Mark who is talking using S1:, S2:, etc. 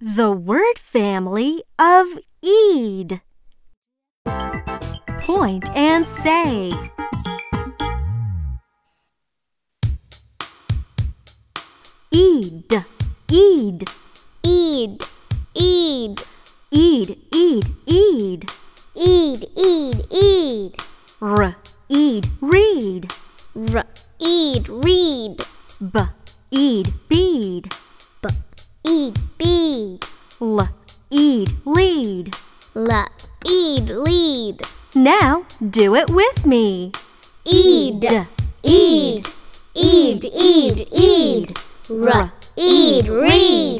S1: The word family of Eid. Point and say. Eid, Eid,
S2: Eid, Eid,
S1: Eid, Eid, Eid.
S2: Eid, Eid, Eid.
S1: R, Eid, read.
S2: R, Eid, read.
S1: B, Eid, bead.
S2: B, Eid, bead.
S1: L, Eid, lead.
S2: L, Eid, lead.
S1: Now do it with me.
S2: Eid, Eid, Eid, Eid, Eid. R, Eid, read.